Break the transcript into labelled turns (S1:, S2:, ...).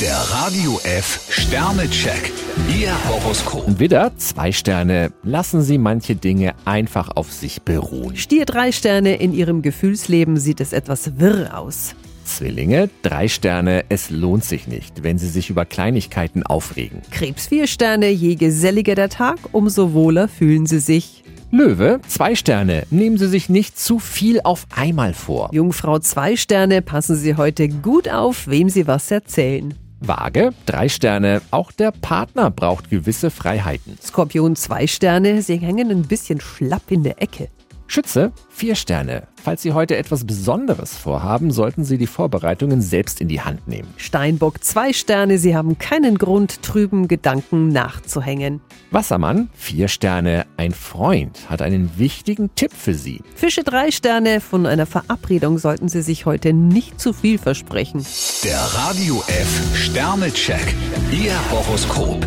S1: Der Radio F Sternecheck. Ihr Horoskop.
S2: Widder, zwei Sterne. Lassen Sie manche Dinge einfach auf sich beruhen.
S3: Stier drei Sterne, in ihrem Gefühlsleben sieht es etwas wirr aus.
S2: Zwillinge, drei Sterne. Es lohnt sich nicht, wenn Sie sich über Kleinigkeiten aufregen.
S3: Krebs vier Sterne, je geselliger der Tag, umso wohler fühlen sie sich.
S2: Löwe, zwei Sterne. Nehmen Sie sich nicht zu viel auf einmal vor.
S3: Jungfrau zwei Sterne, passen Sie heute gut auf, wem Sie was erzählen.
S2: Waage, drei Sterne. Auch der Partner braucht gewisse Freiheiten.
S3: Skorpion zwei Sterne, Sie hängen ein bisschen schlapp in der Ecke.
S2: Schütze, vier Sterne. Falls Sie heute etwas Besonderes vorhaben, sollten Sie die Vorbereitungen selbst in die Hand nehmen.
S3: Steinbock zwei Sterne, Sie haben keinen Grund, trüben Gedanken nachzuhängen.
S2: Wassermann, vier Sterne. Ein Freund hat einen wichtigen Tipp für Sie.
S3: Fische drei Sterne, von einer Verabredung sollten Sie sich heute nicht zu viel versprechen.
S1: Der Radio F Sternecheck. Ihr Horoskop.